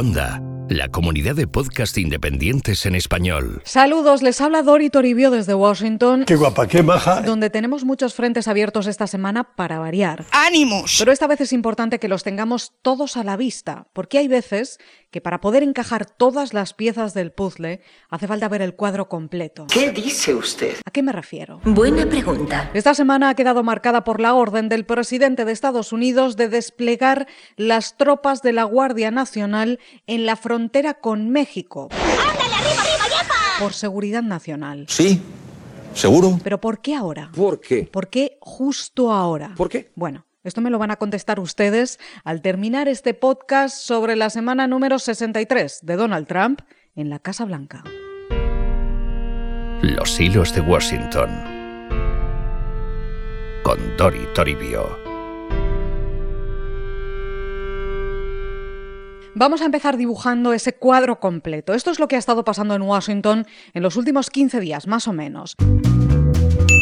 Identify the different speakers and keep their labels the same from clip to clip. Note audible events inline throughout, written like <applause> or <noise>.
Speaker 1: Onda, la comunidad de podcast independientes en español.
Speaker 2: Saludos, les habla Dori Toribio desde Washington,
Speaker 3: Qué guapa, qué maja.
Speaker 2: donde tenemos muchos frentes abiertos esta semana para variar.
Speaker 4: ¡Ánimos!
Speaker 2: Pero esta vez es importante que los tengamos todos a la vista, porque hay veces que para poder encajar todas las piezas del puzzle hace falta ver el cuadro completo.
Speaker 5: ¿Qué dice usted?
Speaker 2: ¿A qué me refiero?
Speaker 5: Buena pregunta.
Speaker 2: Esta semana ha quedado marcada por la orden del presidente de Estados Unidos de desplegar las tropas de la Guardia Nacional en la frontera con México por seguridad nacional.
Speaker 6: Sí, seguro.
Speaker 2: Pero ¿por qué ahora?
Speaker 6: ¿Por qué?
Speaker 2: ¿Por qué justo ahora?
Speaker 6: ¿Por qué?
Speaker 2: Bueno, esto me lo van a contestar ustedes al terminar este podcast sobre la semana número 63 de Donald Trump en la Casa Blanca.
Speaker 1: Los hilos de Washington. Con Dori Toribio.
Speaker 2: Vamos a empezar dibujando ese cuadro completo. Esto es lo que ha estado pasando en Washington en los últimos 15 días, más o menos.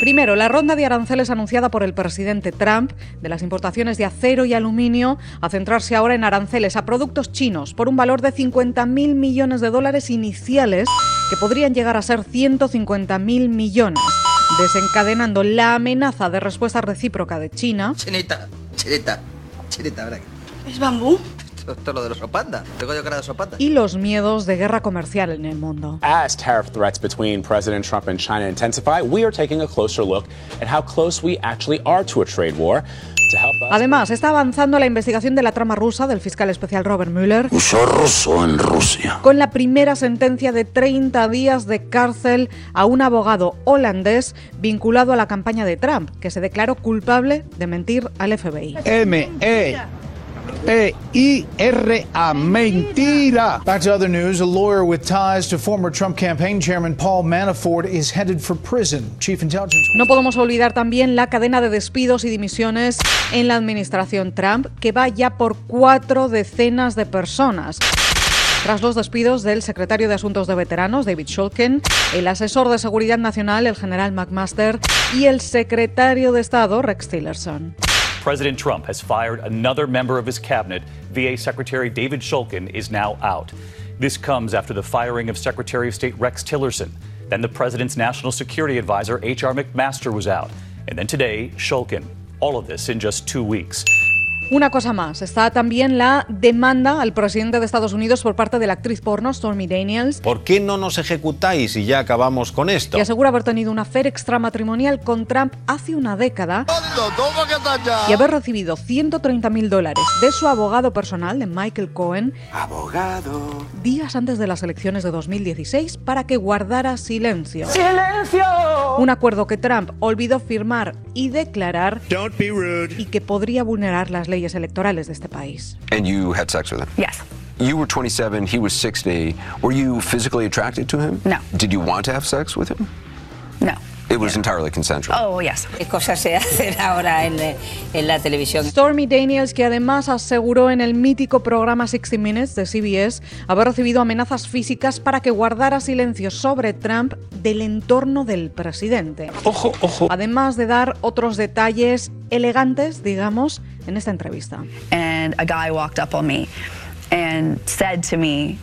Speaker 2: Primero, la ronda de aranceles anunciada por el presidente Trump de las importaciones de acero y aluminio a centrarse ahora en aranceles a productos chinos por un valor de 50.000 millones de dólares iniciales que podrían llegar a ser 150.000 millones, desencadenando la amenaza de respuesta recíproca de China
Speaker 7: Chinita, chinita, chinita, ven aquí.
Speaker 4: ¿Es bambú?
Speaker 7: Esto, esto es lo de los sopandas. Tengo yo cara de sopanda.
Speaker 2: y los miedos de guerra comercial en el mundo.
Speaker 8: As tariff threats between President Trump and China intensify, we are taking a closer look at how close we actually are to a trade war to help us.
Speaker 2: Además, está avanzando la investigación de la trama rusa del fiscal especial Robert Mueller
Speaker 6: Uso ruso en Rusia.
Speaker 2: con la primera sentencia de 30 días de cárcel a un abogado holandés vinculado a la campaña de Trump, que se declaró culpable de mentir al FBI.
Speaker 9: E M-E-P-I-R-A. E Mentira. Back to other news. A lawyer with ties to former Trump campaign chairman Paul Manafort is headed for prison. Chief Intelligence.
Speaker 2: No podemos olvidar también la cadena de despidos y dimisiones en la administración Trump, que va ya por cuatro decenas de personas. Tras los despidos del secretario de Asuntos de Veteranos, David Shulkin, el asesor de Seguridad Nacional, el general McMaster, y el secretario de Estado, Rex Tillerson.
Speaker 10: President Trump has fired another member of his cabinet. VA Secretary David Shulkin is now out. This comes after the firing of Secretary of State Rex Tillerson. Then the president's national security advisor, H.R. McMaster, was out. And then today, Shulkin. All of this in just two weeks.
Speaker 2: Una cosa más, está también la demanda al presidente de Estados Unidos por parte de la actriz porno Stormy Daniels,
Speaker 6: ¿Por qué no nos ejecutáis y ya acabamos con esto?
Speaker 2: que asegura haber tenido una affair extramatrimonial con Trump hace una década y haber recibido 130 mil dólares de su abogado personal, de Michael Cohen,
Speaker 6: Abogado.
Speaker 2: días antes de las elecciones de 2016 para que guardara silencio. Un acuerdo que Trump olvidó firmar y declarar y que podría vulnerar las leyes electorales de este país.
Speaker 11: And you had sex with him?
Speaker 4: Yes.
Speaker 11: You were 27, he was 60. Were you physically attracted to him?
Speaker 4: No.
Speaker 11: Did you want to have sex with him?
Speaker 4: No.
Speaker 11: It was entirely consensual.
Speaker 4: Oh, yes.
Speaker 5: ¿Qué cosas se <laughs> hacen ahora en, eh, en la televisión?
Speaker 2: Stormy Daniels, que además aseguró en el mítico programa 60 Minutes de CBS haber recibido amenazas físicas para que guardara silencio sobre Trump del entorno del presidente.
Speaker 6: Ojo, ojo.
Speaker 2: Además de dar otros detalles elegantes, digamos, en esta entrevista.
Speaker 4: And a guy walked up on me and said to me,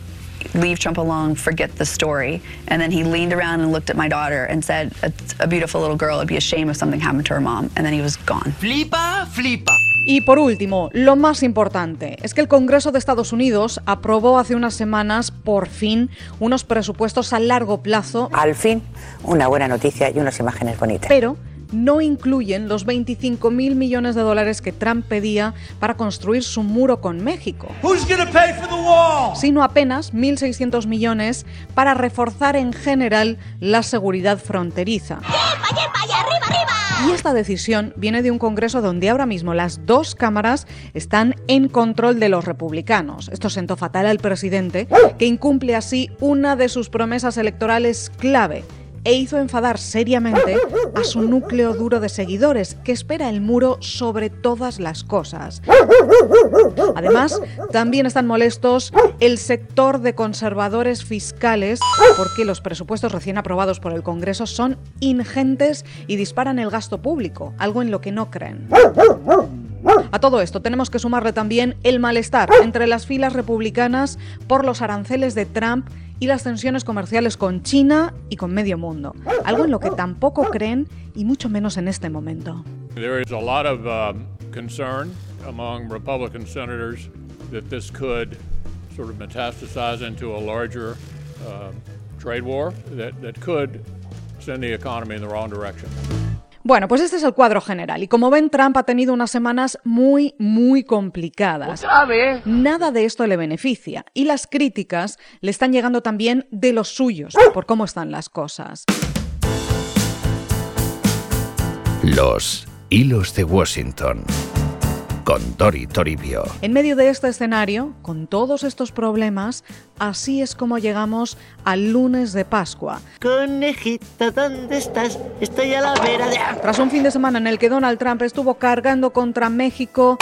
Speaker 4: Leave Trump alone, forget the story. And then he leaned around and looked at my daughter and said, It's a beautiful little girl. It'd be a shame if something happened to her mom. And then he was gone.
Speaker 7: Flipa, flipa.
Speaker 2: Y por último, lo más importante, es que el Congreso de Estados Unidos aprobó hace unas semanas, por fin, unos presupuestos a largo plazo
Speaker 5: Al fin, una buena noticia y unas imágenes bonitas.
Speaker 2: pero no incluyen los 25 mil millones de dólares que Trump pedía para construir su muro con México,
Speaker 7: Who's gonna pay for the wall?
Speaker 2: sino apenas 1.600 millones para reforzar en general la seguridad fronteriza. Y esta decisión viene de un Congreso donde ahora mismo las dos cámaras están en control de los republicanos. Esto sentó fatal al presidente, que incumple así una de sus promesas electorales clave e hizo enfadar seriamente a su núcleo duro de seguidores, que espera el muro sobre todas las cosas. Además, también están molestos el sector de conservadores fiscales porque los presupuestos recién aprobados por el Congreso son ingentes y disparan el gasto público, algo en lo que no creen. A todo esto tenemos que sumarle también el malestar entre las filas republicanas por los aranceles de Trump y las tensiones comerciales con China y con medio mundo, algo en lo que tampoco creen y mucho menos en este momento.
Speaker 3: There is a lot of um, concern among Republican senators that this could sort of metastasize into a larger uh, trade war that, that could send the economy in the wrong direction.
Speaker 2: Bueno, pues este es el cuadro general y como ven Trump ha tenido unas semanas muy, muy complicadas. Nada de esto le beneficia y las críticas le están llegando también de los suyos por cómo están las cosas.
Speaker 1: Los hilos de Washington. Con Tori Toribio.
Speaker 2: En medio de este escenario, con todos estos problemas, así es como llegamos al lunes de Pascua.
Speaker 12: Conejita, ¿dónde estás? Estoy a la vera de...
Speaker 2: Tras un fin de semana en el que Donald Trump estuvo cargando contra México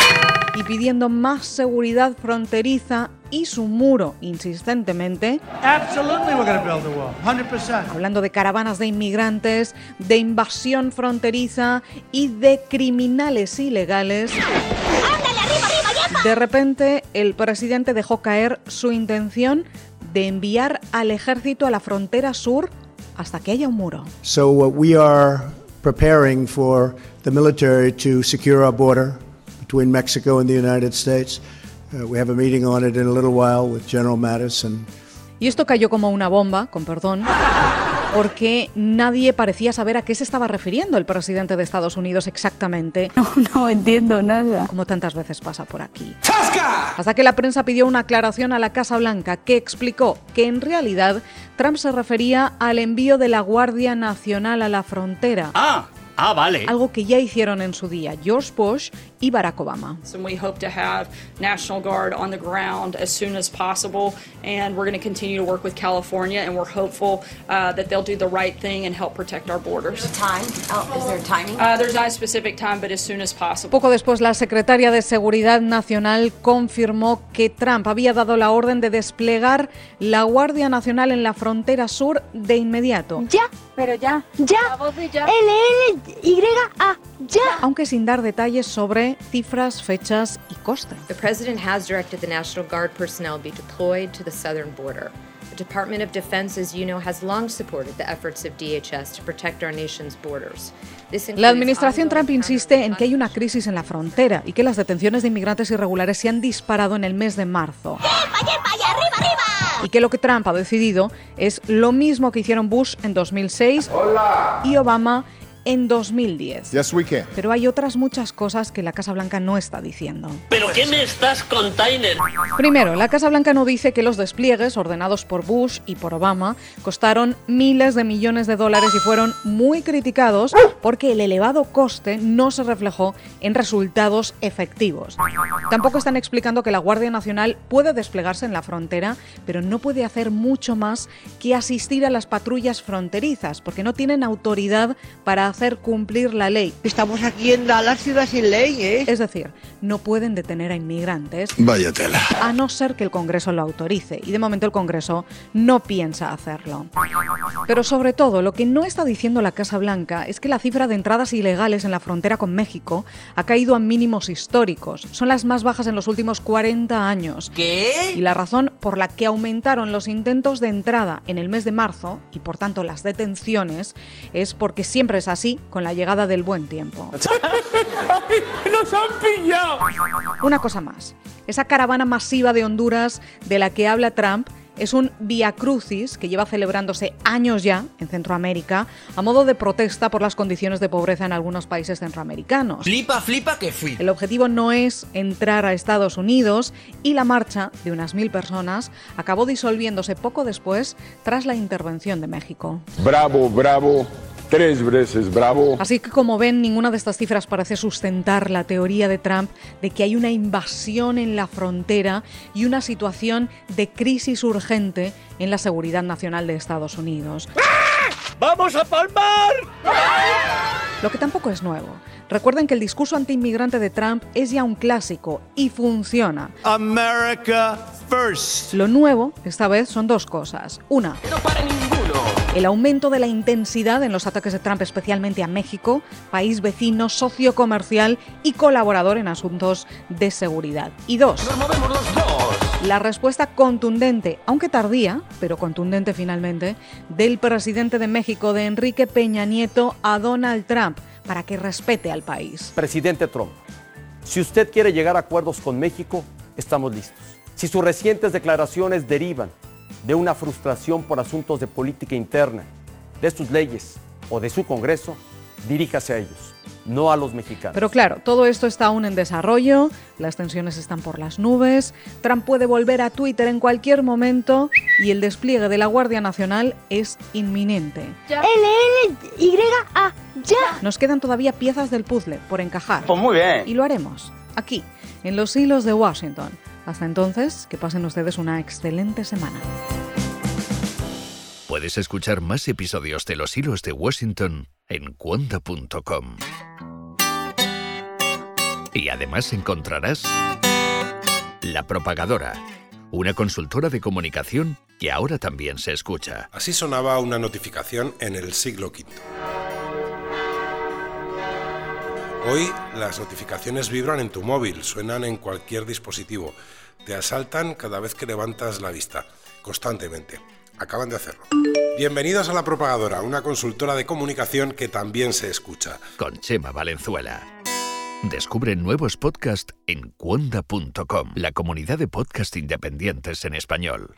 Speaker 2: y pidiendo más seguridad fronteriza y su muro insistentemente,
Speaker 7: Absolutely, we're going to build a wall. 100%.
Speaker 2: hablando de caravanas de inmigrantes, de invasión fronteriza y de criminales ilegales. De repente, el presidente dejó caer su intención de enviar al ejército a la frontera sur hasta que haya un muro.
Speaker 13: So uh, we are preparing for the military to secure our border between Mexico and the United States. Uh, we have a meeting on it in a little while with General Mattis and
Speaker 2: Y esto cayó como una bomba, con perdón, porque nadie parecía saber a qué se estaba refiriendo el presidente de Estados Unidos exactamente. No, no entiendo nada. Como tantas veces pasa por aquí. Hasta que la prensa pidió una aclaración a la Casa Blanca que explicó que en realidad Trump se refería al envío de la Guardia Nacional a la frontera.
Speaker 14: Ah, ah, vale.
Speaker 2: Algo que ya hicieron en su día George Bush y Barack Obama.
Speaker 15: And we hope to have National Guard on the ground as soon as possible. And we're going to continue to work with California, and we're hopeful uh, that they'll do the right thing and help protect our borders. Time? is there timing? Uh, there's not a specific time, but as soon as possible.
Speaker 2: Poco después, la secretaria de Seguridad Nacional confirmó que Trump había dado la orden de desplegar la Guardia Nacional en la frontera sur de inmediato.
Speaker 16: Ya, pero ya. Ya. L-L-Y-A. Ya.
Speaker 2: Aunque sin dar detalles sobre cifras, fechas y costes.
Speaker 17: The president has directed the National Guard personnel be deployed to the southern border. The Department of Defense, as you know, has long supported the efforts of DHS to protect our nation's borders. This
Speaker 2: La
Speaker 17: includes
Speaker 2: administración Trump insiste en que hay una crisis en la frontera y que las detenciones de inmigrantes irregulares se han disparado en el mes de marzo. Y que lo que Trump ha decidido es lo mismo que hicieron Bush en 2006 y Obama en 2010.
Speaker 18: Yes, we can.
Speaker 2: Pero hay otras muchas cosas que la Casa Blanca no está diciendo.
Speaker 19: ¿Pero qué me estás container?
Speaker 2: Primero, la Casa Blanca no dice que los despliegues ordenados por Bush y por Obama costaron miles de millones de dólares y fueron muy criticados porque el elevado coste no se reflejó en resultados efectivos. Tampoco están explicando que la Guardia Nacional puede desplegarse en la frontera, pero no puede hacer mucho más que asistir a las patrullas fronterizas porque no tienen autoridad para hacer cumplir la ley. Estamos aquí en la ciudad sin ley, ¿eh? Es decir, no pueden detener a inmigrantes
Speaker 18: Vaya tela.
Speaker 2: a no ser que el Congreso lo autorice, y de momento el Congreso no piensa hacerlo. Pero sobre todo, lo que no está diciendo la Casa Blanca es que la cifra de entradas ilegales en la frontera con México ha caído a mínimos históricos. Son las más bajas en los últimos 40 años. ¿Qué? Y la razón por la que aumentaron los intentos de entrada en el mes de marzo, y por tanto las detenciones, es porque siempre es así con la llegada del buen tiempo.
Speaker 7: ¡Nos han pillado!
Speaker 2: Una cosa más. Esa caravana masiva de Honduras de la que habla Trump es un via crucis que lleva celebrándose años ya en Centroamérica a modo de protesta por las condiciones de pobreza en algunos países centroamericanos.
Speaker 14: Flipa, flipa que fui.
Speaker 2: El objetivo no es entrar a Estados Unidos y la marcha de unas mil personas acabó disolviéndose poco después tras la intervención de México.
Speaker 20: Bravo, bravo, tres veces bravo.
Speaker 2: Así que como ven, ninguna de estas cifras parece sustentar la teoría de Trump de que hay una invasión en la frontera y una situación de crisis urgente en la seguridad nacional de Estados Unidos.
Speaker 7: ¡Ah! ¡Vamos a palmar!
Speaker 2: Lo que tampoco es nuevo. Recuerden que el discurso antiinmigrante de Trump es ya un clásico y funciona.
Speaker 6: America first.
Speaker 2: Lo nuevo, esta vez, son dos cosas. Una,
Speaker 7: No para ninguno.
Speaker 2: El aumento de la intensidad en los ataques de Trump, especialmente a México, país vecino, socio comercial y colaborador en asuntos de seguridad. Y dos, la respuesta contundente, aunque tardía, pero contundente finalmente, del presidente de México, de Enrique Peña Nieto, a Donald Trump, para que respete al país.
Speaker 10: Presidente Trump, si usted quiere llegar a acuerdos con México, estamos listos. Si sus recientes declaraciones derivan de una frustración por asuntos de política interna, de sus leyes o de su Congreso, diríjase a ellos, no a los mexicanos.
Speaker 2: Pero claro, todo esto está aún en desarrollo, las tensiones están por las nubes, Trump puede volver a Twitter en cualquier momento y el despliegue de la Guardia Nacional es inminente.
Speaker 5: L-L-Y-A, ya.
Speaker 2: Nos quedan todavía piezas del puzzle por encajar.
Speaker 21: Pues muy bien.
Speaker 2: Y lo haremos, aquí, en los hilos de Washington. Hasta entonces, que pasen ustedes una excelente semana.
Speaker 1: Puedes escuchar más episodios de Los Hilos de Washington en cuonda.com. Y además encontrarás La Propagadora, una consultora de comunicación que ahora también se escucha.
Speaker 8: Así sonaba una notificación en el siglo V. Hoy las notificaciones vibran en tu móvil, suenan en cualquier dispositivo, te asaltan cada vez que levantas la vista, constantemente. Acaban de hacerlo. Bienvenidos a La Propagadora, una consultora de comunicación que también se escucha.
Speaker 1: Con Chema Valenzuela. Descubre nuevos podcasts en cuonda.com, la comunidad de podcast independientes en español.